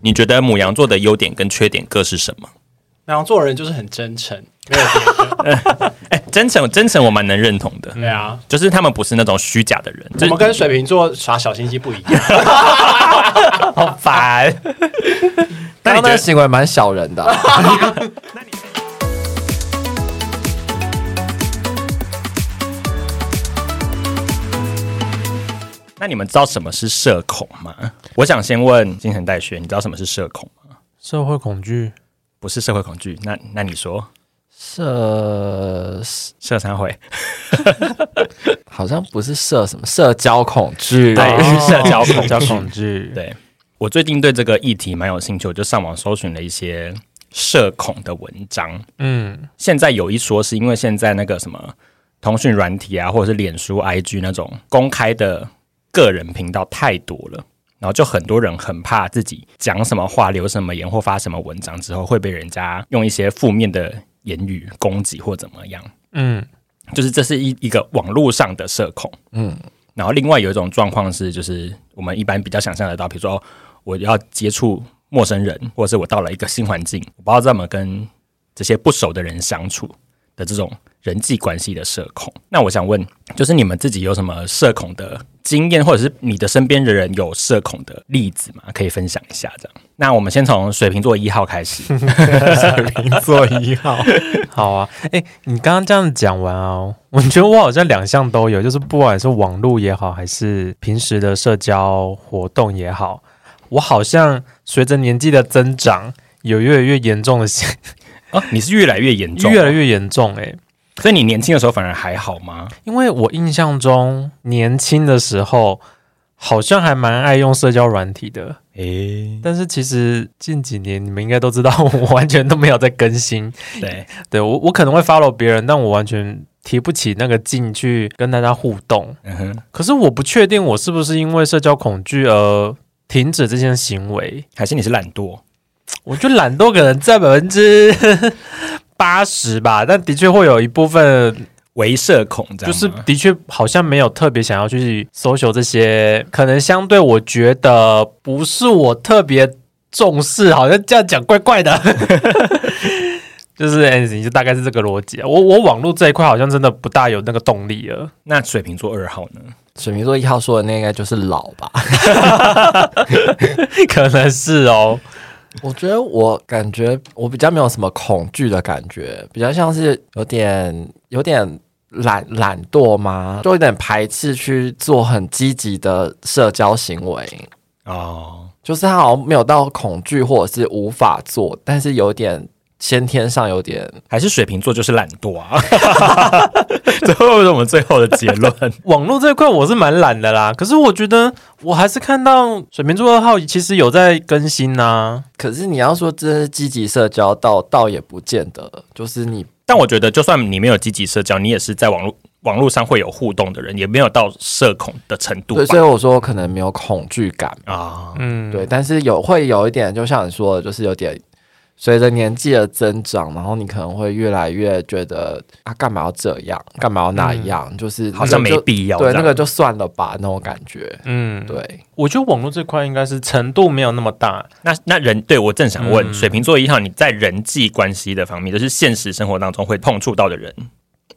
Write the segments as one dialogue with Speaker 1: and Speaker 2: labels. Speaker 1: 你觉得母羊座的优点跟缺点各是什么？
Speaker 2: 然后做人就是很真诚，没有别的。
Speaker 1: 哎、真诚，真诚，我蛮能认同的。
Speaker 2: 对啊，
Speaker 1: 就是他们不是那种虚假的人，
Speaker 2: 我
Speaker 1: 这
Speaker 2: 们跟水瓶座耍小心机不一样。
Speaker 3: 好烦。
Speaker 1: 那
Speaker 3: 刚
Speaker 1: 你觉
Speaker 3: 刚那
Speaker 1: 得
Speaker 3: 个行为蛮小人的啊、
Speaker 1: 那你们知道什么是社恐吗？我想先问金城大学，你知道什么是社恐吗？
Speaker 4: 社会恐惧，
Speaker 1: 不是社会恐惧，那那你说
Speaker 3: 社
Speaker 1: 社三会
Speaker 3: 好像不是社什么社交恐惧，啊
Speaker 1: 对 社交恐
Speaker 4: 叫
Speaker 1: 惧。
Speaker 4: 恐惧，
Speaker 1: 对我最近对这个议题蛮有兴趣，我就上网搜寻了一些社恐的文章。
Speaker 4: 嗯，
Speaker 1: 现在有一说是因为现在那个什么通讯软体啊，或者是脸书、IG 那种公开的个人频道太多了，然后就很多人很怕自己讲什么话、留什么言或发什么文章之后会被人家用一些负面的言语攻击或怎么样。
Speaker 4: 嗯，
Speaker 1: 就是这是一一个网络上的社恐，嗯，然后另外有一种状况是，就是我们一般比较想象得到，比如说哦我要接触陌生人，或者是我到了一个新环境，我不知道怎么跟这些不熟的人相处的这种人际关系的社恐。那我想问，就是你们自己有什么社恐的经验，或者是你的身边的人有社恐的例子吗？可以分享一下这样。那我们先从水瓶座一号开 始，
Speaker 4: 名座 一号，好啊。哎、你刚刚这样讲完啊，我觉得我好像两项都有，就是不管是网络也好，还是平时的社交活动也好，我好像随着年纪的增长，有越来越严重的现，
Speaker 1: 啊，你是越来越严重，
Speaker 4: 越来，越严重哎、
Speaker 1: 所以你年轻的时候反而还好吗？
Speaker 4: 因为我印象中年轻的时候好像还蛮爱用社交软体的，
Speaker 1: 诶、
Speaker 4: 但是其实近几年你们应该都知道，我完全都没有在更新。
Speaker 1: 对。
Speaker 4: 对我，我可能会 follow 别人，但我完全提不起那个劲去跟大家互动。
Speaker 1: 嗯哼，
Speaker 4: 可是我不确定我是不是因为社交恐惧而停止这件行为。
Speaker 1: 还是你是懒惰？
Speaker 4: 我觉得懒惰可能占百分之八十吧，但的确会有一部分，
Speaker 1: 为社恐这样吗，
Speaker 4: 就是的确好像没有特别想要去搜求这些，可能相对我觉得不是我特别重视，好像这样讲怪怪的。 就是哎，你就大概是这个逻辑啊。我我网络这一块好像真的不大有那个动力了。
Speaker 1: 那水瓶座二号呢？
Speaker 3: 水瓶座一号说的那应该就是老吧？
Speaker 4: 可能是哦，
Speaker 3: 我觉得我感觉我比较没有什么恐惧的感觉，比较像是有点有点懒懒惰嘛，就有点排斥去做很积极的社交行为。
Speaker 1: 哦，
Speaker 3: 就是他好像没有到恐惧或者是无法做，但是有点先天上有点
Speaker 1: 还是水瓶座就是懒惰啊？ 这会不会是我们最后的结论？
Speaker 4: 网络这一块我是蛮懒的啦。可是我觉得我还是看到水瓶座二号其实有在更新啊呐、
Speaker 3: 可是你要说真的是积极社交，倒倒也不见得，就是你
Speaker 1: 但我觉得，就算你没有积极社交，你也是在网络网络上会有互动的人，也没有到社恐的程度
Speaker 3: 对，所以
Speaker 1: 吧？
Speaker 3: 我说我可能没有恐惧感，
Speaker 1: 啊，
Speaker 4: 嗯，
Speaker 3: 对，，但是有会有一点，就像你说的，就是有点随着年纪的增长，然后你可能会越来越觉得啊，干嘛要这样，干嘛要那样，就是
Speaker 1: 嗯好像
Speaker 3: 那
Speaker 1: 没
Speaker 3: 个就
Speaker 1: 必要这
Speaker 3: 对，
Speaker 1: 样。
Speaker 3: 那个就算了吧，那种感觉，
Speaker 4: 嗯，
Speaker 3: 对，
Speaker 4: 我觉得网络这块应该是程度没有那么大，
Speaker 1: 那那人对我正想问，
Speaker 4: 嗯
Speaker 1: 水瓶座一号，你在人际关系的方面，就是现实生活当中会碰触到的人，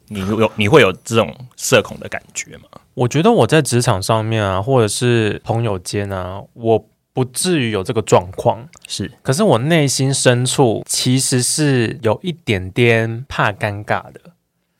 Speaker 1: 你有你会有这种社恐的感觉吗？
Speaker 4: 我觉得我在职场上面啊，或者是朋友间啊，我不至于有这个状况。
Speaker 1: 是
Speaker 4: 可是我内心深处其实是有一点点怕尴尬的，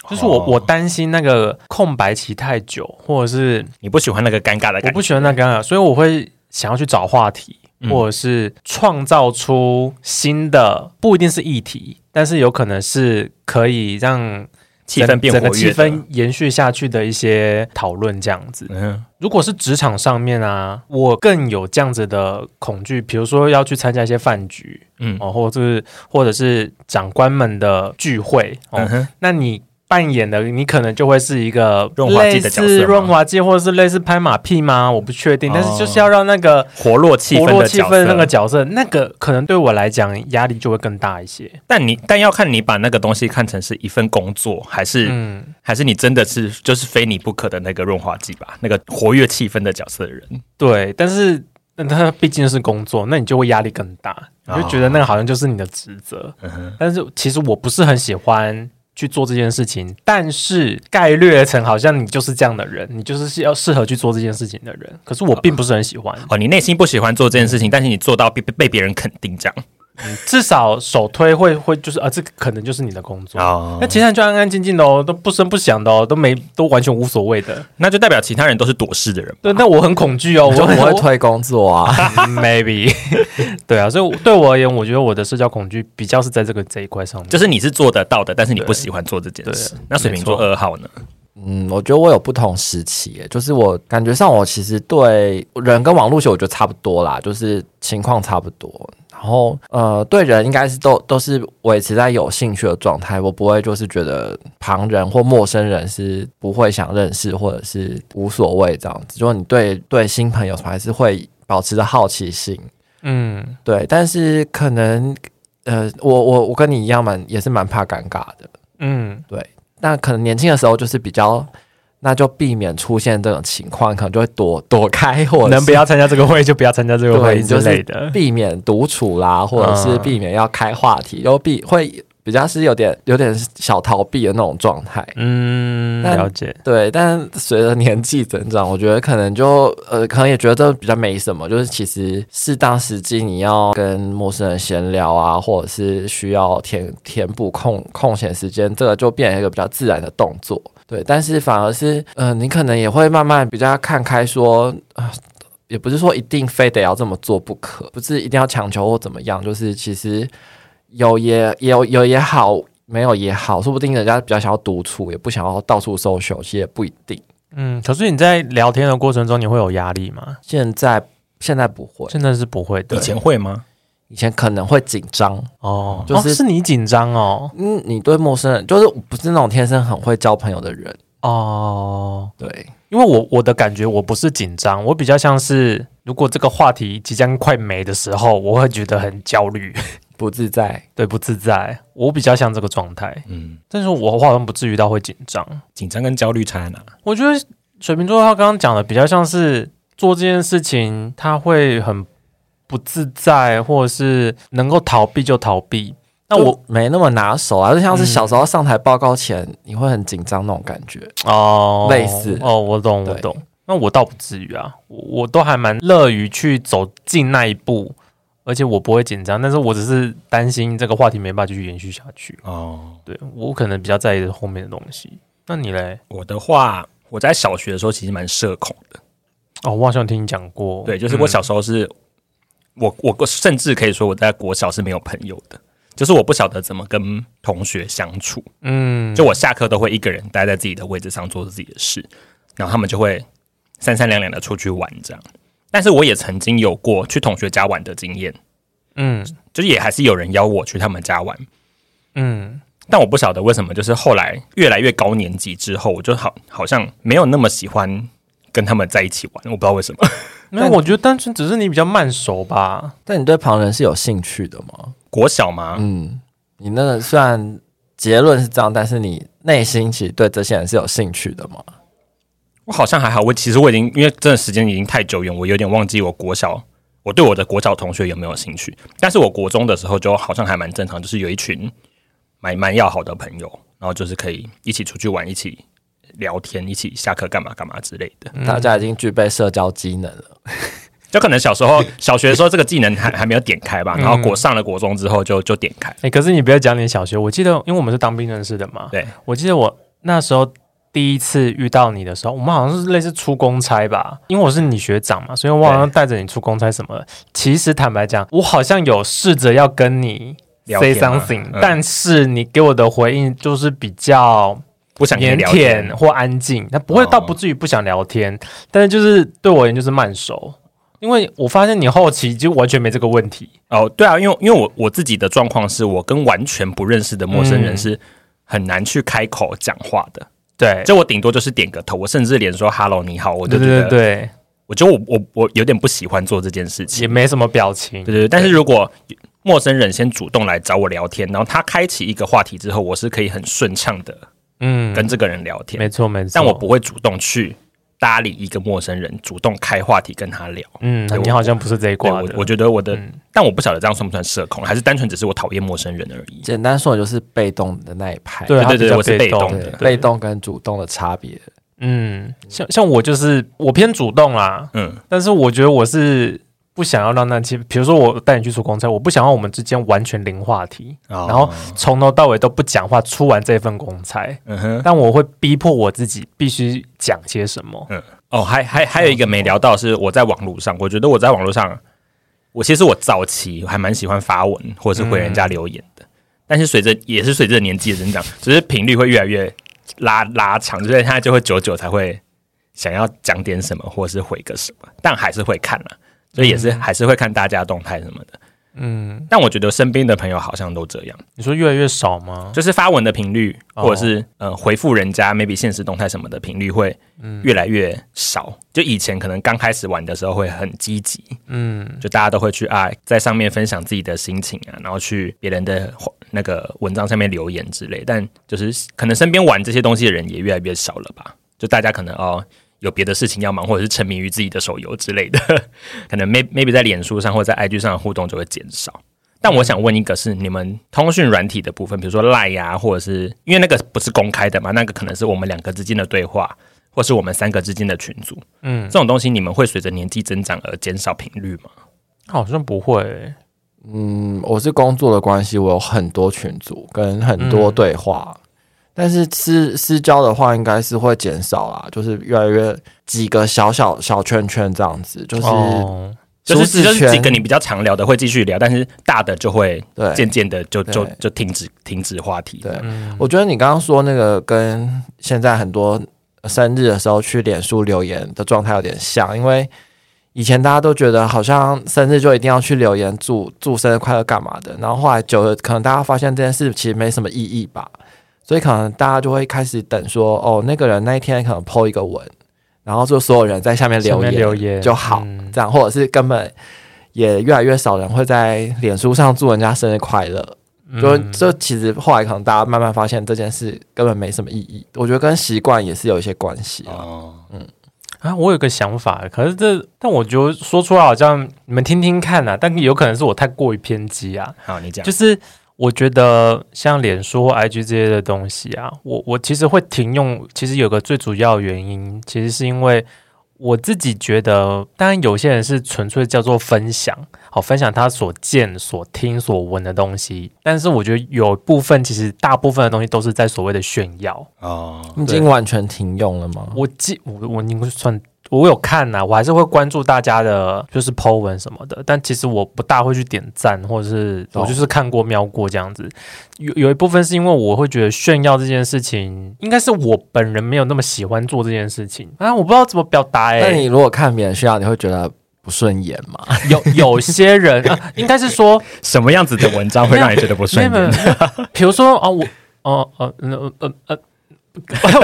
Speaker 4: 就是我、
Speaker 1: 哦
Speaker 4: 我担心那个空白期太久，或者是
Speaker 1: 你不喜欢那个尴尬的感觉？
Speaker 4: 我不喜欢那尴尬，所以我会想要去找话题，
Speaker 1: 嗯
Speaker 4: 或者是创造出新的，不一定是议题，但是有可能是可以让
Speaker 1: 气氛
Speaker 4: 整
Speaker 1: 变
Speaker 4: 整个
Speaker 1: 活跃
Speaker 4: 气
Speaker 1: 的
Speaker 4: 氛延续下去的一些讨论这样子。
Speaker 1: 嗯，
Speaker 4: 如果是职场上面啊，我更有这样子的恐惧，比如说要去参加一些饭局，
Speaker 1: 嗯
Speaker 4: 嗯，哦，或者是或者是长官们的聚会，哦，
Speaker 1: 嗯哼，
Speaker 4: 那你扮演的你可能就会是一个
Speaker 1: 润滑剂的角色吗
Speaker 4: 类似润滑剂或者是类似拍马屁吗？我不确定，
Speaker 1: 哦
Speaker 4: 但是就是要让那个
Speaker 1: 活络气
Speaker 4: 活
Speaker 1: 氛
Speaker 4: 络
Speaker 1: 的
Speaker 4: 气
Speaker 1: 角
Speaker 4: 氛
Speaker 1: 色。
Speaker 4: 那个角色，那个可能对我来讲压力就会更大一些。
Speaker 1: 但你但要看你把那个东西看成是一份工作，还是、
Speaker 4: 嗯，
Speaker 1: 还是你真的是就是非你不可的那个润滑剂吧，那个活跃气氛的角色的人。
Speaker 4: 对，但是。那它毕竟是工作，那你就会压力更大，你
Speaker 1: 哦
Speaker 4: 就觉得那个好像就是你的职责。
Speaker 1: 嗯
Speaker 4: 但是其实我不是很喜欢去做这件事情，但是概略层好像你就是这样的人，你就是要适合去做这件事情的人。可是我并不是很喜欢，
Speaker 1: 哦，你内心不喜欢做这件事情，但是你做到被被被别人肯定这样。
Speaker 4: 至少首推会会就是啊，这个可能就是你的工作。
Speaker 1: 哦
Speaker 4: 那其他人就安安静静的哦，都不声不响的哦，都没都完全无所谓的。
Speaker 1: 那就代表其他人都是躲事的人。
Speaker 4: 对，那我很恐惧哦，我
Speaker 3: 我就不会
Speaker 4: 我
Speaker 3: 推工作啊。
Speaker 4: maybe，对啊，所以我对我而言，我觉得我的社交恐惧比较是在这个这一块上面。
Speaker 1: 就是你是做得到的，但是你不喜欢做这件事
Speaker 4: 对。
Speaker 1: 那水瓶座
Speaker 4: 没错
Speaker 1: 二号呢？
Speaker 3: 嗯，我觉得我有不同时期耶，就是我感觉上我其实对人跟网络学我觉得差不多啦，就是情况差不多。然后呃，对人应该是都都是维持在有兴趣的状态，我不会就是觉得旁人或陌生人是不会想认识或者是无所谓这样子。就是你对对新朋友还是会保持着好奇心，
Speaker 4: 嗯，
Speaker 3: 对，但是可能呃，我我我跟你一样蛮也是蛮怕尴尬的。
Speaker 4: 嗯，
Speaker 3: 那可能年轻的时候就是比较，那就避免出现这种情况，可能就会躲躲开，或者
Speaker 4: 能不
Speaker 3: 是
Speaker 4: 要参加这个会就不要参加这个
Speaker 3: 对
Speaker 4: 会之
Speaker 3: 就是
Speaker 4: 类的。
Speaker 3: 避免独处啦，或者是
Speaker 4: 嗯
Speaker 3: 避免要开话题，又避会比较是有点有点小逃避的那种状态。
Speaker 4: 嗯，
Speaker 3: 但
Speaker 4: 了解。
Speaker 3: 对，但随着年纪增长，我觉得可能就呃，可能也觉得这比较没什么，就是其实适当时机你要跟陌生人闲聊啊，或者是需要填填补空空闲时间，这个就变成一个比较自然的动作。对，但是反而是呃，你可能也会慢慢比较看开说，啊也不是说一定非得要这么做不可，不是一定要强求或怎么样，就是其实有也有有也好，没有也好，说不定人家比较想要独处，也不想要到处搜寻，其实也不一定。
Speaker 4: 嗯，可是你在聊天的过程中，你会有压力吗？
Speaker 3: 现在现在不会，
Speaker 4: 真的是不会的。
Speaker 1: 以前会吗？
Speaker 3: 以前可能会紧张，
Speaker 4: 哦，
Speaker 3: 就
Speaker 4: 就是是、是你紧张哦。
Speaker 3: 嗯，你对陌生人就是不是那种天生很会交朋友的人，
Speaker 4: 哦，
Speaker 3: 对，
Speaker 4: 因为我我的感觉我不是紧张，我比较像是如果这个话题即将快没的时候，我会觉得很焦虑，
Speaker 3: 不自在。
Speaker 4: 对，不自在。我比较像这个状态，
Speaker 1: 嗯，
Speaker 4: 但是我好像不至于到会紧张。
Speaker 1: 紧张跟焦虑差在哪？
Speaker 4: 我觉得水瓶座他刚刚讲的比较像是做这件事情，他会很不自在，或者是能够逃避就逃避。那
Speaker 3: 就
Speaker 4: 我
Speaker 3: 没那么拿手啊，就像是小时候上台报告前，你会很紧张那种感觉。
Speaker 4: 哦，
Speaker 3: 类似
Speaker 4: 哦，我懂，
Speaker 3: 对
Speaker 4: 我懂。那我倒不至于啊，我我都还蛮乐于去走进那一步，而且我不会紧张，但是我只是担心这个话题没办法继续延续下去。
Speaker 1: 哦，
Speaker 4: 对我可能比较在意后面的东西。那你嘞？
Speaker 1: 我的话，我在小学的时候其实蛮社恐的。
Speaker 4: 哦，我好像听你讲过，
Speaker 1: 对，就是我小时候是，我我甚至可以说我在国小是没有朋友的，就是我不晓得怎么跟同学相处。
Speaker 4: 嗯，
Speaker 1: 就我下课都会一个人待在自己的位置上做自己的事，然后他们就会三三两两的出去玩这样。但是我也曾经有过去同学家玩的经验，
Speaker 4: 嗯
Speaker 1: 就是也还是有人邀我去他们家玩，
Speaker 4: 嗯
Speaker 1: 但我不晓得为什么，就是后来越来越高年级之后，我就好好像没有那么喜欢跟他们在一起玩，我不知道为什么。
Speaker 4: 没有，我觉得单纯只是你比较慢熟吧。
Speaker 3: 但你对旁人是有兴趣的吗？
Speaker 1: 国小嘛，
Speaker 3: 嗯，你那个虽然结论是这样，但是你内心其实对这些人是有兴趣的嘛？
Speaker 1: 我好像还好，我其实我已经因为真的时间已经太久远，我有点忘记我国小我对我的国小同学有没有兴趣。但是我国中的时候就好像还蛮正常，就是有一群蛮蛮要好的朋友，然后就是可以一起出去玩，一起聊天，一起下课干嘛干嘛之类的。
Speaker 4: 嗯
Speaker 3: 大家已经具备社交机能了。
Speaker 1: 就可能小时 候小学的时候这个技能还还没有点开吧，
Speaker 4: 嗯
Speaker 1: 然后国上了国中之后就就点开。
Speaker 4: 哎、可是你不要讲你小学，我记得，因为我们是当兵认识的嘛，
Speaker 1: 对，
Speaker 4: 我记得我那时候第一次遇到你的时候，我们好像是类似出公差吧，因为我是你学长嘛，所以我好像带着你出公差什么的。其实坦白讲，我好像有试着要跟你
Speaker 1: 聊
Speaker 4: say
Speaker 1: 天嘛
Speaker 4: something，、
Speaker 1: 嗯
Speaker 4: 但是你给我的回应就是比较
Speaker 1: 不想跟你
Speaker 4: 腼
Speaker 1: 聊
Speaker 4: 腆
Speaker 1: 天，
Speaker 4: 或安静，那不会
Speaker 1: 哦
Speaker 4: 到不至于不想聊天，但是就是对我而言就是慢熟，因为我发现你后期就完全没这个问题。
Speaker 1: 哦，对啊，因为因为我我自己的状况是我跟完全不认识的陌生人
Speaker 4: 嗯
Speaker 1: 是很难去开口讲话的。
Speaker 4: 对，
Speaker 1: 就我顶多就是点个头，我甚至连说 “hello 你好”，我
Speaker 4: 对
Speaker 1: 都觉得，
Speaker 4: 对对对，
Speaker 1: 我觉得我我我有点不喜欢做这件事
Speaker 4: 也
Speaker 1: 情。
Speaker 4: 没什么表情。
Speaker 1: 对对对，但是如果陌生人先主动来找我聊天，然后他开启一个话题之后，我是可以很顺畅的
Speaker 4: 嗯，
Speaker 1: 跟这个人聊天，
Speaker 4: 没错没错，
Speaker 1: 但我不会主动去搭理一个陌生人，主动开话题跟他聊。
Speaker 4: 嗯
Speaker 1: 对，
Speaker 4: 你好像不是这
Speaker 1: 对
Speaker 4: 一挂
Speaker 1: 我
Speaker 4: 的，嗯
Speaker 1: 我觉得我的，但我不晓得这样算不算社恐，还是单纯只是我讨厌陌生人而已。
Speaker 3: 简单说，就是被动的那一派。
Speaker 4: 对啊
Speaker 1: 对啊对
Speaker 4: 他比较
Speaker 1: 我是
Speaker 4: 被
Speaker 1: 被
Speaker 4: 动
Speaker 1: 动
Speaker 3: 对
Speaker 1: 的，，
Speaker 3: 被动跟主动的差别。
Speaker 4: 嗯，像像我就是我偏主动啦，
Speaker 1: 嗯，
Speaker 4: 但是我觉得我是不想要让那些，比如说我带你去做公差，我不想让我们之间完全零话题，
Speaker 1: 哦
Speaker 4: 然后从头到尾都不讲话，出完这份公差，
Speaker 1: 嗯哼，
Speaker 4: 但我会逼迫我自己必须讲些什么。
Speaker 1: 嗯，哦，还还还有一个没聊到是我在网络上，我觉得我在网络上，我其实我早期还蛮喜欢发文或者是回人家留言的，但是随着也是随着年纪的增长，只是频率会越来越拉拉长，就是现在就会久久才会想要讲点什么或是回个什么，但还是会看了，所以也是、还是会看大家动态什么的。
Speaker 4: 嗯，
Speaker 1: 但我觉得身边的朋友好像都这样，
Speaker 4: 你说越来越少吗？
Speaker 1: 就是发文的频率，
Speaker 4: 哦
Speaker 1: 或者是呃回复人家 maybe 现实动态什么的频率会越来越少。就以前可能刚开始玩的时候会很积极，
Speaker 4: 嗯，
Speaker 1: 就大家都会去啊在上面分享自己的心情啊，然后去别人的那个文章上面留言之类。但就是可能身边玩这些东西的人也越来越少了吧？就大家可能哦。有别的事情要忙，或者是沉迷于自己的手游之类的， 可能 may- maybe 在脸书上或者在 IG 上的互动就会减少。但我想问一个是你们通讯软体的部分，比如说 Line 呀、或者是因为那个不是公开的嘛，那个可能是我们两个之间的对话，或是我们三个之间的群组，嗯，这种东西你们会随着年纪增长而减少频率吗？
Speaker 4: 好像不会欸、
Speaker 3: 嗯，我是工作的关系，我有很多群组跟很
Speaker 1: 嗯
Speaker 3: 多对话，但是私私交的话，应该是会减少啦，就是越来越几个小小小圈圈这样子，就是
Speaker 4: 哦，
Speaker 1: 就
Speaker 3: 舒
Speaker 1: 是
Speaker 3: 适
Speaker 1: 就是几
Speaker 3: 圈
Speaker 1: 个你比较常聊的会继续聊，但是大的就会
Speaker 3: 对
Speaker 1: 渐渐的就就
Speaker 3: 对
Speaker 1: 就停止停止话题。
Speaker 3: 对，
Speaker 4: 嗯
Speaker 3: 我觉得你刚刚说那个跟现在很多生日的时候去脸书留言的状态有点像，因为以前大家都觉得好像生日就一定要去留言祝祝生日快乐干嘛的，然后后来久了，可能大家发现这件事其实没什么意义吧，所以可能大家就会开始等说，哦，那个人那一天可能 PO 一个文，然后就所有人在下面留
Speaker 4: 下
Speaker 3: 言
Speaker 4: 面留言
Speaker 3: 就好，
Speaker 4: 嗯
Speaker 3: 这样或者是根本。也越来越少人会在脸书上祝人家生日快乐，就这其实后来可能大家慢慢发现这件事根本没什么意义，我觉得跟习惯也是有一些关系啊。
Speaker 1: 哦，
Speaker 4: 啊，我有个想法，可是这，但我觉得说出来好像你们听听看啊，但有可能是我太过于偏激啊。
Speaker 1: 好，你讲
Speaker 4: 就。是我觉得像脸书或 IG 这些的东西啊，我我其实会停用，其实有个最主要的原因，其实是因为我自己觉得，当然有些人是纯粹叫做分享，好分享他所见、所听、所闻的东西，但是我觉得有部分其实大部分的东西都是在所谓的炫耀。
Speaker 1: 哦，
Speaker 3: 你已经完全停用了吗？
Speaker 4: 我记我我应该算我有看啊呐、我还是会关注大家的，就是 Po 文什么的，但其实我不大会去点赞，或者是
Speaker 3: 懂
Speaker 4: 我就是看过瞄过这样子。有有一部分是因为我会觉得炫耀这件事情，应该是我本人没有那么喜欢做这件事情啊，我不知道怎么表达哎、
Speaker 3: 那你如果看别人炫耀，你会觉得不顺眼吗？
Speaker 4: 有有些人、啊、应该是说
Speaker 1: 什么样子的文章会让你觉得不
Speaker 4: 没
Speaker 1: 顺
Speaker 4: 有没有，
Speaker 1: 眼？
Speaker 4: 没有比如说啊我哦哦呃呃呃，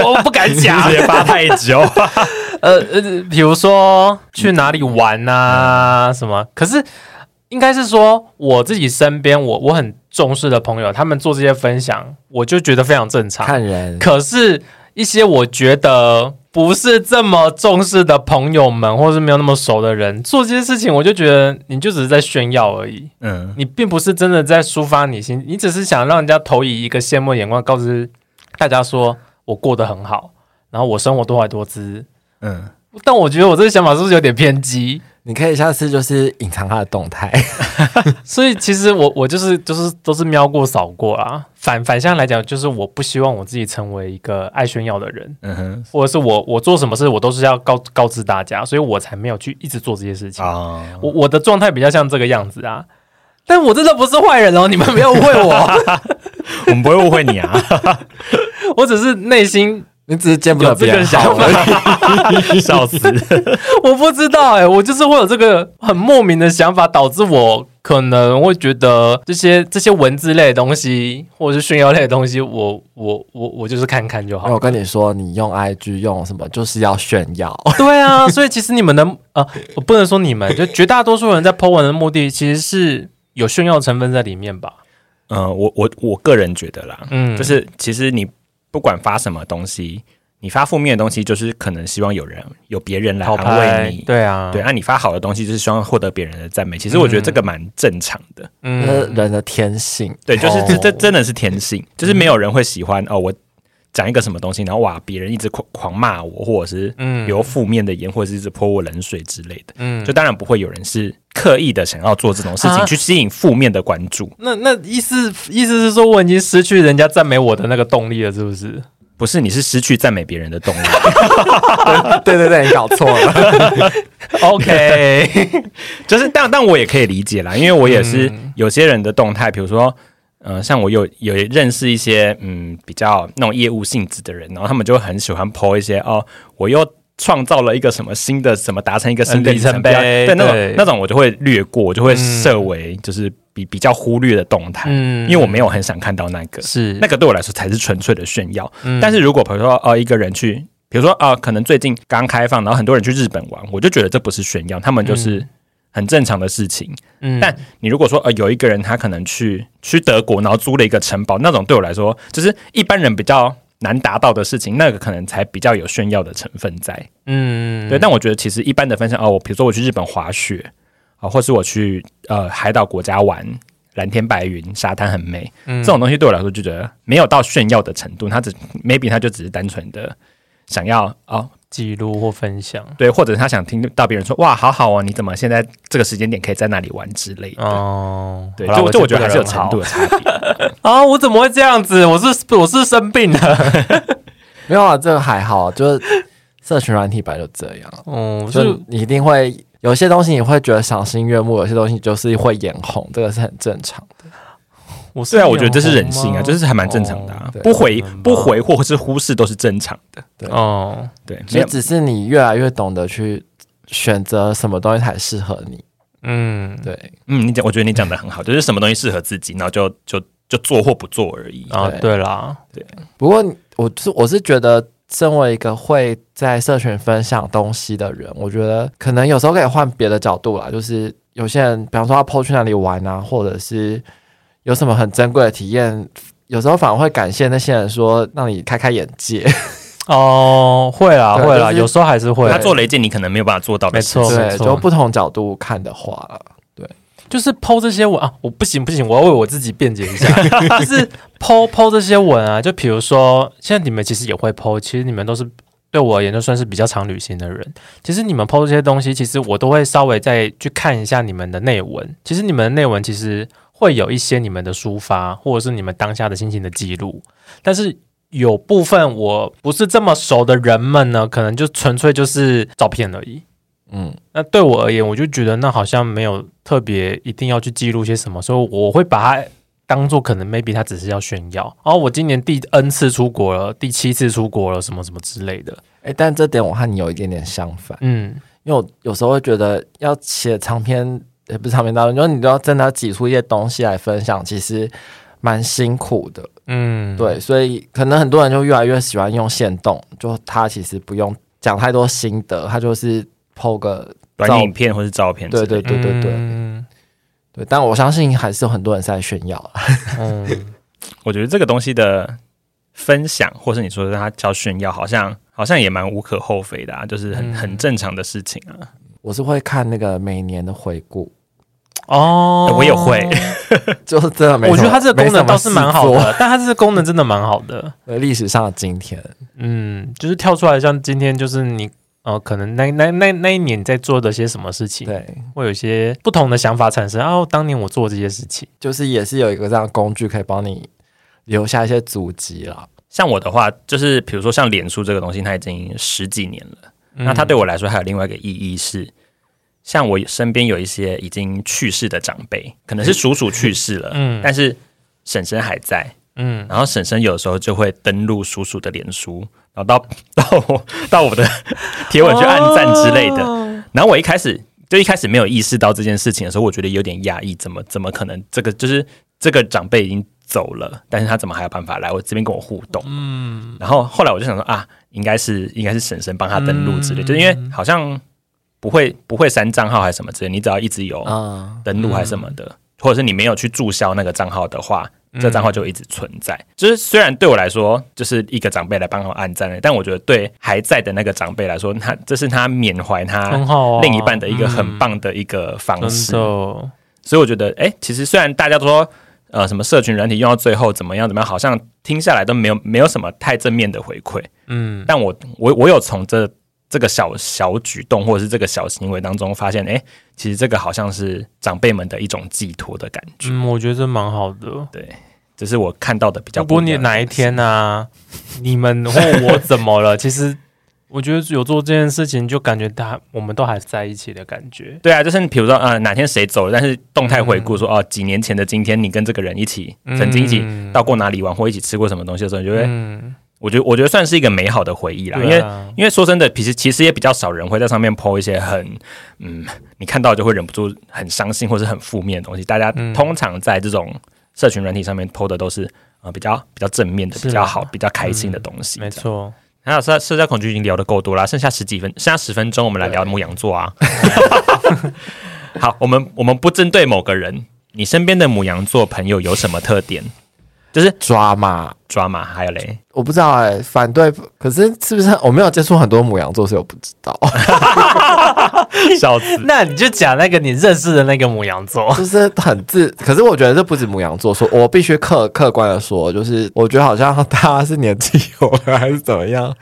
Speaker 4: 我不敢讲，
Speaker 1: 直接发太 久，
Speaker 4: 呃呃，比如说去哪里玩啊，什么？可是应该是说我自己身边，我我很重视的朋友，他们做这些分享，我就觉得非常正常。
Speaker 3: 看人，
Speaker 4: 可是，一些我觉得不是这么重视的朋友们，或是没有那么熟的人，做这些事情，我就觉得你就只是在炫耀而已，
Speaker 1: 嗯，
Speaker 4: 你并不是真的在抒发你心，你只是想让人家投以一个羡慕的眼光，告知大家说我过得很好，然后我生活多才多姿。
Speaker 1: 嗯，
Speaker 4: 但我觉得我这个想法是不是有点偏激？
Speaker 3: 你可以下次就是隐藏他的动态，
Speaker 4: 所以其实我我就是就是都是瞄过扫过啦。反反向来讲，就是我不希望我自己成为一个爱炫耀的人，
Speaker 1: 嗯哼，
Speaker 4: 或者是我我做什么事我都是要告告知大家，所以我才没有去一直做这些事情。啊
Speaker 1: 哦，
Speaker 4: 我我的状态比较像这个样子啊。但我真的不是坏人哦，你们不要误会我，哦
Speaker 1: 我们不会误会你啊。
Speaker 4: 我只是内心
Speaker 3: 你只是见不得
Speaker 4: 有这
Speaker 3: 别
Speaker 4: 个
Speaker 3: 人
Speaker 4: 想
Speaker 3: 好
Speaker 4: 法
Speaker 3: 而已。，
Speaker 1: 笑死！
Speaker 4: 我不知道哎、我就是会有这个很莫名的想法，导致我可能会觉得这些这些文字类的东西，或者是炫耀类的东西，我我我我就是看看就
Speaker 3: 因为
Speaker 4: 好
Speaker 3: 我。跟你说，你用 IG 用什么，就是要炫耀。
Speaker 4: 对啊，所以其实你们的啊，我不能说你们，就绝大多数人在 Po 文的目的，其实是有炫耀成分在里面吧。
Speaker 1: 呃嗯，我我我个人觉得啦，
Speaker 4: 嗯
Speaker 1: 就是其实你不管发什么东西，你发负面的东西，就是可能希望有人有别人来
Speaker 4: 讨
Speaker 1: 安
Speaker 4: 拍
Speaker 1: 慰你，
Speaker 4: 对啊，
Speaker 1: 对，那、你发好的东西，就是希望获得别人的赞美。其实我觉得这个蛮正常的，
Speaker 3: 那是
Speaker 4: 嗯，
Speaker 3: 人的天性。
Speaker 1: 对，就是
Speaker 4: 哦
Speaker 1: 这这真的是天性，就是没有人会喜欢哦，我讲一个什么东西，然后哇，别人一直狂狂骂我，或者是
Speaker 4: 嗯
Speaker 1: 留负面的言，或者是一直泼我冷水之类的。
Speaker 4: 嗯
Speaker 1: 就当然不会有人是刻意的想要做这种事情
Speaker 4: 啊
Speaker 1: 去吸引负面的关注，
Speaker 4: 那那意思意思是说我已经失去人家赞美我的那个动力了，是不是？
Speaker 1: 不是你是失去赞美别人的动力。
Speaker 3: 对对对，你搞错了。
Speaker 4: OK，
Speaker 1: 就是，但但我也可以理解啦，因为我也是
Speaker 4: 嗯
Speaker 1: 有些人的动态，比如说，呃，像我有有认识一些嗯比较那种业务性质的人，然后他们就很喜欢 po 一些哦，我又创造了一个什么新的什么，达成一个新的
Speaker 4: 呃里程
Speaker 1: 标
Speaker 4: 碑
Speaker 1: 对那种
Speaker 4: 对
Speaker 1: 那种我就会略过，我就会设为就是比比较忽略的动态，
Speaker 4: 嗯
Speaker 1: 因为我没有很想看到那个，
Speaker 4: 是
Speaker 1: 那个对我来说才是纯粹的炫耀。
Speaker 4: 嗯
Speaker 1: 但是如果比如说呃一个人去，比如说呃可能最近刚开放，然后很多人去日本玩，我就觉得这不是炫耀，他们就是很正常的事情。
Speaker 4: 嗯
Speaker 1: 但你如果说呃有一个人他可能去去德国，然后租了一个城堡，那种对我来说就是一般人比较。难达到的事情，那个可能才比较有炫耀的成分在。
Speaker 4: 嗯
Speaker 1: 对，但我觉得其实一般的分享哦，我比如说我去日本滑雪啊、或是我去呃海岛国家玩，蓝天白云，沙滩很美，这种东西对我来说就觉得没有到炫耀的程度，他只 maybe 他就只是单纯的想要哦，
Speaker 4: 记录或分享
Speaker 1: 对，或者他想听到别人说哇，好好哦，你怎么现在这个时间点可以在那里玩之类的。
Speaker 4: 哦，
Speaker 1: 对，
Speaker 4: 好
Speaker 1: 就
Speaker 4: 啦
Speaker 1: 就我觉
Speaker 4: 不
Speaker 1: 得还是有
Speaker 4: 人
Speaker 1: 程
Speaker 4: 好
Speaker 1: 度的差别。
Speaker 4: 啊！我怎么会这样子？我是我是生病了。
Speaker 3: 没有啊，这个还好，就是社群软体本来就这样，
Speaker 4: 哦，我
Speaker 3: 就是你一定会有些东西你会觉得赏心悦目，有些东西就是会眼红，这个是很正常的。
Speaker 4: 我是
Speaker 1: 对 啊，我
Speaker 4: 眼
Speaker 1: 觉得这是
Speaker 4: 红
Speaker 1: 人性啊，
Speaker 4: 吗
Speaker 1: 就是还蛮正常的、啊
Speaker 3: 哦对
Speaker 1: 不回
Speaker 4: 可能吧
Speaker 1: 不回或是忽视都是正常的。
Speaker 4: 哦。
Speaker 1: 对，没
Speaker 3: 所以
Speaker 1: 有
Speaker 3: 只是你越来越懂得去选择什么东西才适合你。
Speaker 4: 嗯，
Speaker 3: 对，
Speaker 1: 嗯，你讲，我觉得你讲的很好，就是什么东西适合自己，然后就就就做或不做而已。
Speaker 4: 啊，
Speaker 3: 对
Speaker 4: 对啦，
Speaker 3: 不过我是我是觉得，身为一个会在社群分享东西的人，我觉得可能有时候可以换别的角度啦，就是有些人，比方说他跑去哪里玩啊，或者是有什么很珍贵的体验。有时候反而会感谢那些人，说让你开开眼界。
Speaker 4: 哦，会啦，
Speaker 1: 啊
Speaker 3: 对
Speaker 4: 会啦，
Speaker 3: 就是
Speaker 4: 有时候还是会。
Speaker 1: 他做了一件你可能没有办法做到的事
Speaker 4: 哦没错
Speaker 1: 情，
Speaker 3: 对，就不同角度看的话啦，
Speaker 4: 就是剖这些文啊，我不行不行，我要为我自己辩解一下， 就是剖剖这些文啊，就比如说，现在你们其实也会剖，其实你们都是对我而言都算是比较常旅行的人。其实你们剖这些东西，其实我都会稍微再去看一下你们的内文。其实你们的内文其实会有一些你们的抒发，或者是你们当下的心情的记录，但是。有部分我不是这么熟的人们呢，可能就纯粹就是照片而已。
Speaker 3: 嗯，
Speaker 4: 那对我而言，我就觉得那好像没有特别一定要去记录些什么，所以我会把它当做可能 maybe 它只是要炫耀。哦，我今年第 N 次出国了，第七次出国了，什么什么之类的。
Speaker 3: 诶，哎但这点我和你有一点点相反，
Speaker 4: 嗯，
Speaker 3: 因为我有时候会觉得要写长篇，也不是长篇大论，就是你都要真的要挤出一些东西来分享，其实蛮辛苦的。
Speaker 4: 嗯，
Speaker 3: 对，所以可能很多人就越来越喜欢用线动，就他其实不用讲太多心得，他就是 PO 个
Speaker 1: 短影片或是照片之类
Speaker 3: 对
Speaker 1: 的，
Speaker 3: 对对对对、
Speaker 4: 嗯，
Speaker 3: 对。但我相信还是有很多人是在炫耀啦。
Speaker 4: 嗯
Speaker 1: 我觉得这个东西的分享，或是你说的它叫炫耀，好像好像也蛮无可厚非的、啊，就是很、
Speaker 4: 嗯
Speaker 1: 很正常的事情啊。
Speaker 3: 我是会看那个每年的回顾，
Speaker 4: 哦，
Speaker 1: 我也会，
Speaker 3: 就是真的没什
Speaker 4: 我
Speaker 3: 么。
Speaker 4: 觉得它这个功能
Speaker 3: 没什么
Speaker 4: 倒是蛮好
Speaker 3: 事做，
Speaker 4: 的，但它这个功能真的蛮好的。
Speaker 3: 对历史上的今天，
Speaker 4: 嗯，就是跳出来，像今天就是你。呃，可能那那那那一年你在做的些什么事情，
Speaker 3: 对，
Speaker 4: 会有一些不同的想法产生。啊，当年我做这些事情，
Speaker 3: 就是也是有一个这样的工具可以帮你留下一些足迹啦。
Speaker 1: 像我的话，就是比如说像脸书这个东西，它已经十几年了。
Speaker 4: 嗯
Speaker 1: 那它对我来说还有另外一个意义是，像我身边有一些已经去世的长辈，可能是叔叔去世了，
Speaker 4: 嗯
Speaker 1: 但是婶婶还在，
Speaker 4: 嗯，
Speaker 1: 然后婶婶有时候就会登录叔叔的脸书，然后到到我到我的 贴文去按赞之类的。然后我一开始就一开始没有意识到这件事情的时候，我觉得有点压抑，怎么怎么可能？这个就是这个长辈已经走了，但是他怎么还有办法来我这边跟我互动？嗯，然后后来我就想说啊，应该是应该是婶婶帮他登录之类，就是因为好像不会不会删账号还是什么之类，你只要一直有
Speaker 3: 啊、
Speaker 4: 嗯
Speaker 1: 登录还是什么的，或者是你没有去注销那个账号的话，这账号就一直存在。就是虽然对我来说，就是一个长辈来帮我按赞，但我觉得对还在的那 个长辈来说，他这是他缅怀他
Speaker 4: 很好啊
Speaker 1: 另一半的一个很棒的一个方
Speaker 4: 真
Speaker 1: 式。
Speaker 4: 的，
Speaker 1: 所以我觉得，哎、其实虽然大家都说，呃，什么社群软体用到最后怎么样怎么样，好像听下来都没有没有什么太正面的回馈，
Speaker 4: 嗯，
Speaker 1: 但我我我有从这这个小小举动或者是这个小行为当中发现，哎、其实这个好像是长辈们的一种寄托的感觉，
Speaker 4: 嗯，我觉得这蛮好的。
Speaker 1: 这是我看到的比较
Speaker 4: 如
Speaker 1: 不
Speaker 4: 果
Speaker 1: 一
Speaker 4: 你
Speaker 1: 样的东西。
Speaker 4: 哪一天啊，你们或我怎么了，其实我觉得有做这件事情，就感觉大我们都还在一起的感觉。
Speaker 1: 对啊，就是比如说，呃，哪天谁走了，但是动态回顾说，哦，几年前的今天，你跟这个人一起，曾经一起
Speaker 4: 嗯
Speaker 1: 到过哪里玩，或一起吃过什么东西的时候，你就会，
Speaker 4: 嗯，
Speaker 1: 我觉得，我觉得算是一个美好的回忆啦。因
Speaker 4: 对
Speaker 1: 为
Speaker 4: 啊
Speaker 1: 因为说真的，其实其实也比较少人会在上面 po 一些很嗯，你看到就会忍不住很伤心或是很负面的东西。大家
Speaker 4: 嗯
Speaker 1: 通常在这种社群软体上面 po 的都是呃比较比较正面的、
Speaker 4: 是啊
Speaker 1: 比较好、比较开心的东西。
Speaker 4: 没。错，
Speaker 1: 嗯还有社社交恐惧已经聊得够多啦，剩下十几分，剩下十分钟，我们来聊牧羊座啊。 好，我们我们不针对某个人，你身边的母羊座朋友有什么特点？就是
Speaker 3: 抓嘛。
Speaker 1: 抓马，还有 嘞，
Speaker 3: 我不知道哎、反对，可是是不是我没有接触很多母羊座，所以我不知道。
Speaker 1: 笑死。
Speaker 4: 那你就讲那个你认识的那个母羊座，
Speaker 3: 就是很自，可是我觉得这不止母羊座说，我必须客客观的说，就是我觉得好像大家是年纪有了还是怎么样，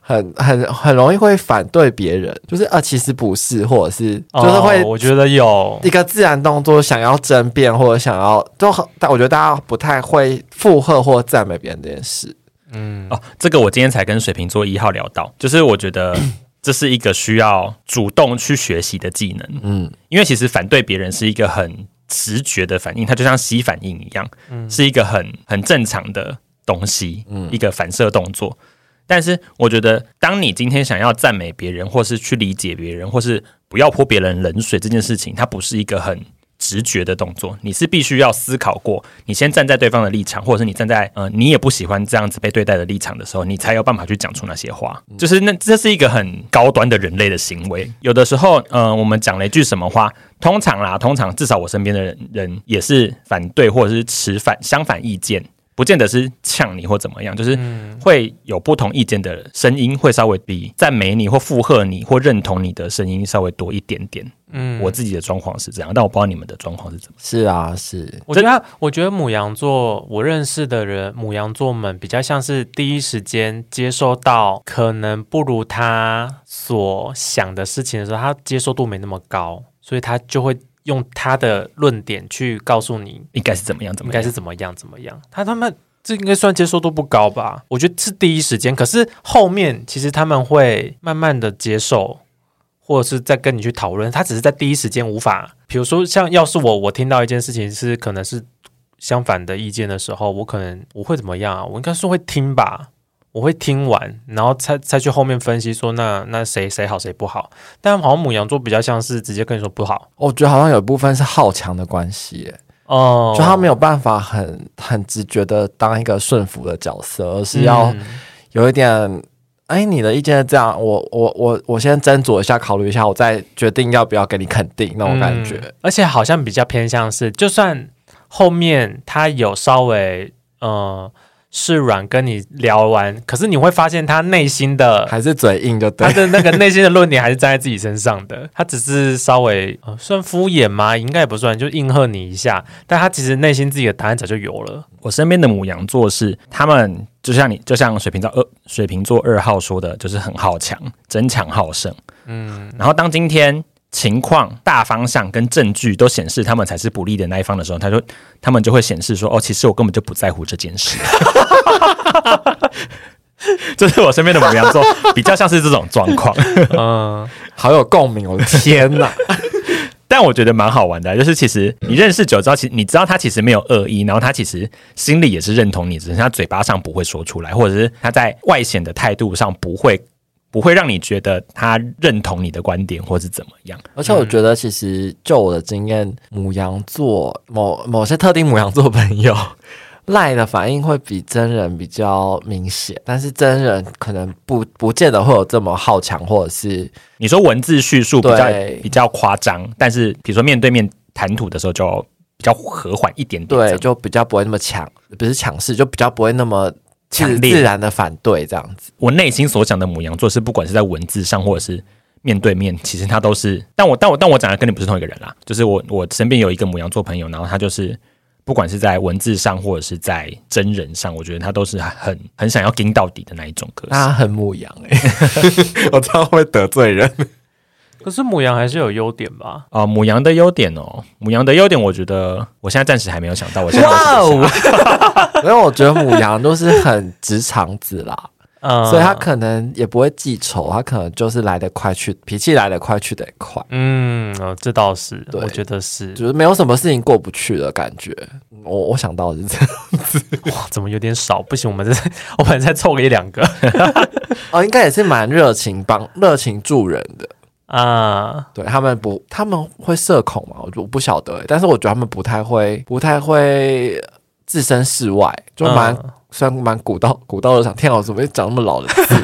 Speaker 3: 很很很容易会反对别人，就是啊其实不是，或者是就是会
Speaker 4: 哦我觉得有，
Speaker 3: 一个自然动作想要争辩或者想要，就很但我觉得大家不太会附和或赞美别人这件事。
Speaker 4: 嗯，
Speaker 1: 哦，这个我今天才跟水瓶座一号聊到，就是我觉得这是一个需要主动去学习的技能，
Speaker 3: 嗯，
Speaker 1: 因为其实反对别人是一个很直觉的反应，它就像吸反应一样，是一个很很正常的东西，一个反射动作。但是我觉得，当你今天想要赞美别人，或是去理解别人，或是不要泼别人冷水这件事情，它不是一个很直觉的动作，你是必须要思考过，你先站在对方的立场，或者是你站在呃你也不喜欢这样子被对待的立场的时候，你才有办法去讲出那些话。就是那这是一个很高端的人类的行为。有的时候，呃，我们讲了一句什么话，通常啦，通常至少我身边的人人也是反对或者是持反相反意见。不见得是呛你或怎么样，就是会有不同意见的声音，会稍微比赞美你或附和你或认同你的声音稍微多一点点。
Speaker 4: 嗯
Speaker 1: 我自己的状况是这样，但我不知道你们的状况是怎么
Speaker 3: 是啊，是
Speaker 4: 我觉得，我觉得母羊座，我认识的人，母羊座们比较像是第一时间接收到可能不如他所想的事情的时候，他接受度没那么高，所以他就会用他的论点去告诉你
Speaker 1: 应该是怎么样，怎
Speaker 4: 应
Speaker 1: 么
Speaker 4: 该
Speaker 1: 样。
Speaker 4: 是怎么样怎么样。他他们这应该算接受度不高吧？我觉得是第一时间，可是后面其实他们会慢慢的接受，或者是再跟你去讨论。他只是在第一时间无法，比如说像要是我，我听到一件事情是可能是相反的意见的时候，我可能我会怎么样啊？我应该是会听吧。我会听完，然后再再去后面分析说那那谁谁好谁不好，但好像母羊座比较像是直接跟你说不好
Speaker 3: 我觉得好像有一部分是好强的关系耶、
Speaker 4: 哦，
Speaker 3: 就他没有办法很很直觉的当一个顺服的角色，而是要
Speaker 4: 嗯
Speaker 3: 有一点，哎、你的意见是这样，我我我我先斟酌一下，考虑一下，我再决定要不要给你肯定那种感觉。
Speaker 4: 嗯而且好像比较偏向是，就算后面他有稍微呃是软跟你聊完，可是你会发现他内心的。
Speaker 3: 还是嘴硬就对
Speaker 4: 他，的那个内心的论点还是站在自己身上的，他只是稍微、呃、算敷衍吗？应该也不算，就应和你一下。但他其实内心自己的答案早就有了。
Speaker 1: 我身边的母羊座是他们，就像你，就像水瓶座二水瓶座二号说的，就是很好强，争强好胜。嗯，然后当今天情况、大方向跟证据都显示他们才是不利的那一方的时候，他就他们就会显示说，哦，其实我根本就不在乎这件 事。 这是我身边的母羊座，比较像是这种状况。
Speaker 4: 嗯，
Speaker 3: 好有共鸣，我的天哪！
Speaker 1: 但我觉得蛮好玩的，啊就是其实你认识久之后，其实你知道他其实没有恶意，然后他其实心里也是认同你，只是他嘴巴上不会说出来，或者是他在外显的态度上不会不会让你觉得他认同你的观点，或是怎么样。
Speaker 3: 而且我觉
Speaker 1: 嗯
Speaker 3: 得，其实就我的经验，母羊座某某些特定母羊座朋友。 赖的反应会比真人比较明显，但是真人可能不不见得会有这么好强，或者是
Speaker 1: 你说文字叙述比较
Speaker 3: 对
Speaker 1: 比较夸张，但是比如说面对面谈吐的时候就比较和缓一点点这
Speaker 3: 对，
Speaker 1: 样。
Speaker 3: 就比较不会那么强，不是强势，就比较不会那么自
Speaker 1: 强烈
Speaker 3: 自然的反对这样子。
Speaker 1: 我内心所讲的母羊座是，不管是在文字上或者是面对面，其实他都是。但我但我但我讲的跟你不是同一个人啦，就是我我身边有一个母羊座朋友，然后他就是不管是在文字上或者是在真人上，我觉得他都是很很想要盯到底的那一种个性。
Speaker 3: 他很母羊哎、
Speaker 1: 欸
Speaker 3: 我知道会得罪人。
Speaker 4: 可是母羊还是有优点吧？
Speaker 1: 啊、母羊的优点哦，母羊的优点，我觉得我现在暂时还没有想 到。我现在
Speaker 3: 哦！ 因为我觉得母羊都是很直肠子啦，
Speaker 4: 嗯
Speaker 3: 所以他可能也不会记仇，他可能就是来得快去，脾气来得快去得快，
Speaker 4: 嗯，哦这倒是，
Speaker 3: 对
Speaker 4: 我觉得是。
Speaker 3: 就是没有什么事情过不去的感觉。我我想到的是这 样，
Speaker 4: 哇，怎么有点少？不行，我们再 我们再凑个一两个
Speaker 3: 哦，应该也是蛮热情帮热情助人的。
Speaker 4: 啊。
Speaker 3: 对他们不，他们会社恐嘛？我就我不晓得欸、但是我觉得他们不太会，不太会置身事外，就蛮、
Speaker 4: 嗯
Speaker 3: 虽然蛮古道古道的想，天啊，我怎么会讲那么老的 字？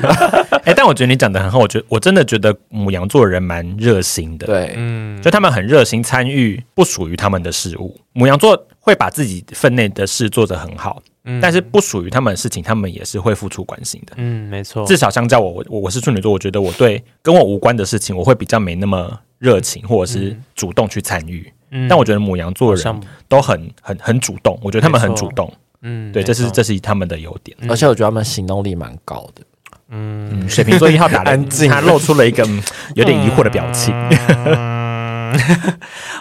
Speaker 1: 哎、但我觉得你讲的很好，我觉得我真的觉得母羊座的人蛮热心的。
Speaker 3: 对，
Speaker 4: 嗯，
Speaker 1: 就他们很热心参与不属于他们的事物。母羊座会把自己分内的事做得很好，
Speaker 4: 嗯
Speaker 1: 但是不属于他们的事情，他们也是会付出关心的。
Speaker 4: 嗯，没错，
Speaker 1: 至少相较我，我我我是处女座，我觉得我对跟我无关的事情，我会比较没那么热情，或者是主动去参与。
Speaker 4: 嗯
Speaker 1: 但我觉得母羊座的人
Speaker 4: 像
Speaker 1: 都很很很主动，我觉得他们很
Speaker 4: 没错
Speaker 1: 主动，
Speaker 4: 嗯，
Speaker 1: 对，
Speaker 4: 没
Speaker 1: 这是
Speaker 4: 错
Speaker 1: 这是他们的优点。
Speaker 3: 而且我觉得他们行动力蛮高的。
Speaker 4: 嗯，
Speaker 1: 嗯，水瓶座一号打 了，
Speaker 3: 安静
Speaker 1: 他露出了一个嗯有点疑惑的表情。
Speaker 4: 嗯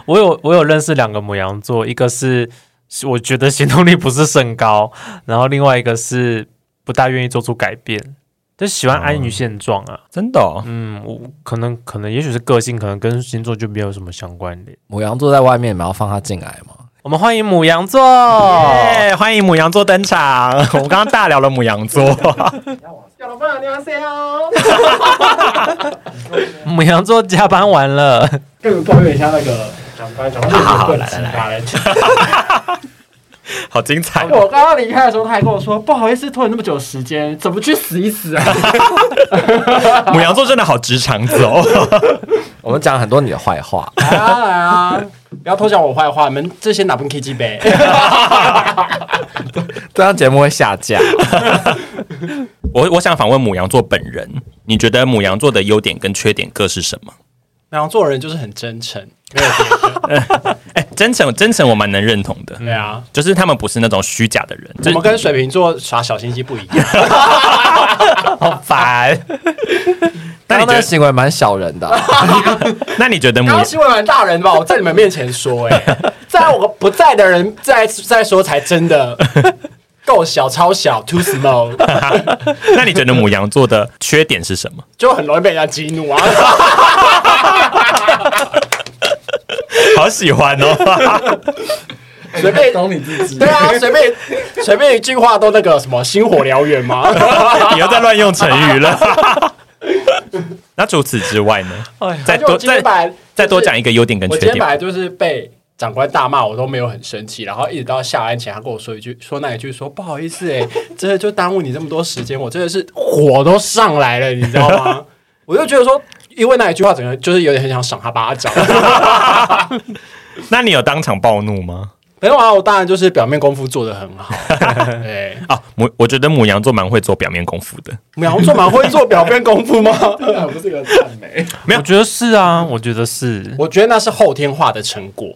Speaker 4: 我有我有认识两个母羊座，一个是是我觉得行动力不是甚高，然后另外一个是不大愿意做出改变，就喜欢
Speaker 1: 哦
Speaker 4: 安于现状啊。
Speaker 1: 真的、哦，
Speaker 4: 嗯，我可能可能也许是个性，可能跟星座就没有什么相关联。
Speaker 3: 母羊座在外面，你们要放他进来吗？
Speaker 4: 我们欢迎母羊座。
Speaker 1: 耶哎欢迎母羊座登场。 我们刚刚大聊了母羊座。
Speaker 4: 母羊座加班完了，
Speaker 2: 跟你们抱怨一下那个长官，长官就是个奇葩人。
Speaker 1: 好精彩、哦！
Speaker 2: 我刚刚离开的时候，他还跟我说：“不好意思，拖你那么久时间，怎么去死一死 啊
Speaker 1: 母羊座真的好直肠子哦。
Speaker 3: 我们讲很多你的坏话，？”
Speaker 2: 来啊来啊！不要偷讲我坏话，你们这些哪不 K G 呗？
Speaker 3: 这样节目会下 架。
Speaker 1: 我我想访问母羊座本人，你觉得母羊座的优点跟缺点各是什么？
Speaker 2: 然后做人就是很真诚，没有别的。
Speaker 1: 哎、真诚真诚我蛮能认同的，
Speaker 2: 对啊，
Speaker 1: 就是他们不是那种虚假的人。
Speaker 2: 我
Speaker 1: 这
Speaker 2: 们跟水瓶座耍小心机不一样。
Speaker 1: 好烦。那
Speaker 3: 但
Speaker 1: 你觉
Speaker 3: 他们的
Speaker 1: 得？
Speaker 3: 行为蛮小人的啊、
Speaker 1: 那你觉得母
Speaker 2: 刚？刚新闻蛮大人的吧？我在你们面前说、 哎，在我不在的人在在说才真的够小，超小，too small，
Speaker 1: 那你觉得母羊座的缺点是什么？
Speaker 2: 就很容易被人家激怒啊。
Speaker 1: 好喜欢哦！
Speaker 2: 随便
Speaker 3: 懂你自己
Speaker 2: 对啊，随便随便一句话都那个什么星火燎原嘛。
Speaker 1: 你又在乱用成语了。 那除此之外呢？ 再
Speaker 2: 哎就
Speaker 1: 多
Speaker 2: 我今天
Speaker 1: 再
Speaker 2: 本来
Speaker 1: 再多讲一个优点跟
Speaker 2: 我
Speaker 1: 缺
Speaker 2: 今天
Speaker 1: 点
Speaker 2: 本。来就是被长官大骂，我都没有很生气，然后一直到下班前，他跟我说一句，说那一句说不好意思哎、真的就耽误你这么多时间，我真的是火都上来了，你知道吗？ 我就觉得说，因为那一句话，整个就是有点很想赏他巴掌。
Speaker 1: 那你有当场暴怒吗？
Speaker 2: 没有啊，我当然就是表面功夫做得很 好，哎对。
Speaker 1: 啊，母，我觉得母羊座蛮会做表面功夫的。
Speaker 2: 母羊座蛮会做表面功 夫吗？啊不是个赞美，
Speaker 1: 没有
Speaker 4: 我觉得是啊，我觉得是。
Speaker 2: 我觉得那是后天化的成果。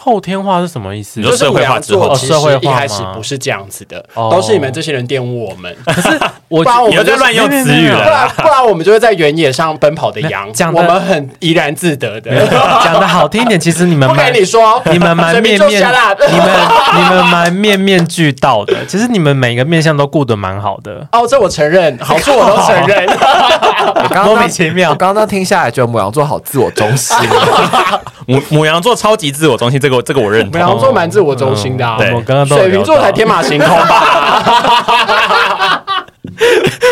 Speaker 4: 后天化是什么意思
Speaker 1: 你？说社会化之后
Speaker 2: 就是
Speaker 4: 哦社
Speaker 2: 母
Speaker 4: 会
Speaker 2: 羊座其实一
Speaker 4: 化吗
Speaker 2: 开始不是这样子的，
Speaker 4: 哦
Speaker 2: 都是你们这些人玷污我 们，
Speaker 1: 啊
Speaker 4: 我
Speaker 2: 不然我
Speaker 1: 你又
Speaker 2: 们
Speaker 1: 在
Speaker 2: 就是
Speaker 1: 乱用词语
Speaker 4: 没有没有没
Speaker 1: 了。
Speaker 2: 不然不然我们就会在原野上奔跑的羊，
Speaker 4: 讲
Speaker 2: 我
Speaker 4: 得
Speaker 2: 们很怡然自得的。
Speaker 4: 讲的好听一点，其实你 们
Speaker 2: 不
Speaker 4: 蛮
Speaker 2: 跟你说，
Speaker 4: 你们 蛮
Speaker 2: 水瓶
Speaker 4: 面
Speaker 2: 座
Speaker 4: 面，
Speaker 2: 下啦
Speaker 4: 你们你们蛮面面俱到的。其实你们每个面相都顾得蛮好的，
Speaker 2: 哦，这我承认， 好处我都承认。
Speaker 4: 哦
Speaker 3: 我刚刚
Speaker 4: 莫名其妙
Speaker 3: 我刚刚听下来觉得母羊座好自我中心哦，
Speaker 1: 母母羊座超级自我中心，这个我这个我认
Speaker 2: 母
Speaker 1: 同。
Speaker 2: 羊座蛮自我中心的啊，
Speaker 1: 对
Speaker 4: 嗯我刚刚都有
Speaker 2: 水瓶座
Speaker 4: 聊到
Speaker 2: 才天马行空吧？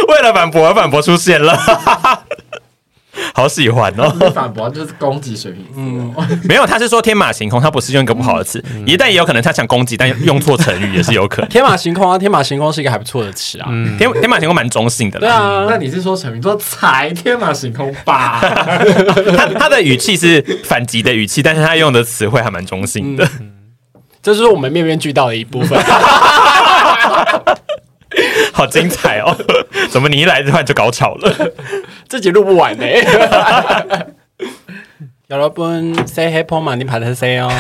Speaker 1: 为了反驳而反驳出现了， 好喜欢 哦。
Speaker 2: 反驳就是攻击水瓶座。
Speaker 1: 没有，他是说天马行空，他不是用一个不好的词，一旦也有可能他想攻击，但用错成语也是有可能。
Speaker 2: 天马行空啊，天马行空是一个还不错的词啊。
Speaker 4: 嗯
Speaker 1: 天天马行空蛮中性的
Speaker 2: 对
Speaker 1: 啦，
Speaker 2: 啊，
Speaker 5: 那你是说水瓶座才天马行空吧？
Speaker 1: 他他的语气是反击的语气，但是他用的词汇还蛮中性的。
Speaker 2: 这就是我们面面俱到的一部分。
Speaker 1: 好精彩哦！ 怎么你一来这块就搞巧了？
Speaker 2: 自己录不完呢、 여러분 새해 o 많이받으세요。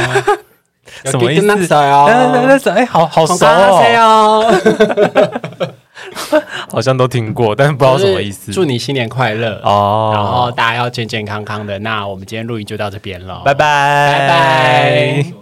Speaker 4: 什么意思？
Speaker 2: 요
Speaker 4: 哎，好好熟
Speaker 2: 啊
Speaker 4: 哦，好像都听过，但不知道什么意思。
Speaker 2: 祝你新年快乐哦！然后
Speaker 4: 哦，
Speaker 2: 大家要健健康康的。那我们今天录音就到这边了，
Speaker 4: 拜拜，
Speaker 2: 拜拜。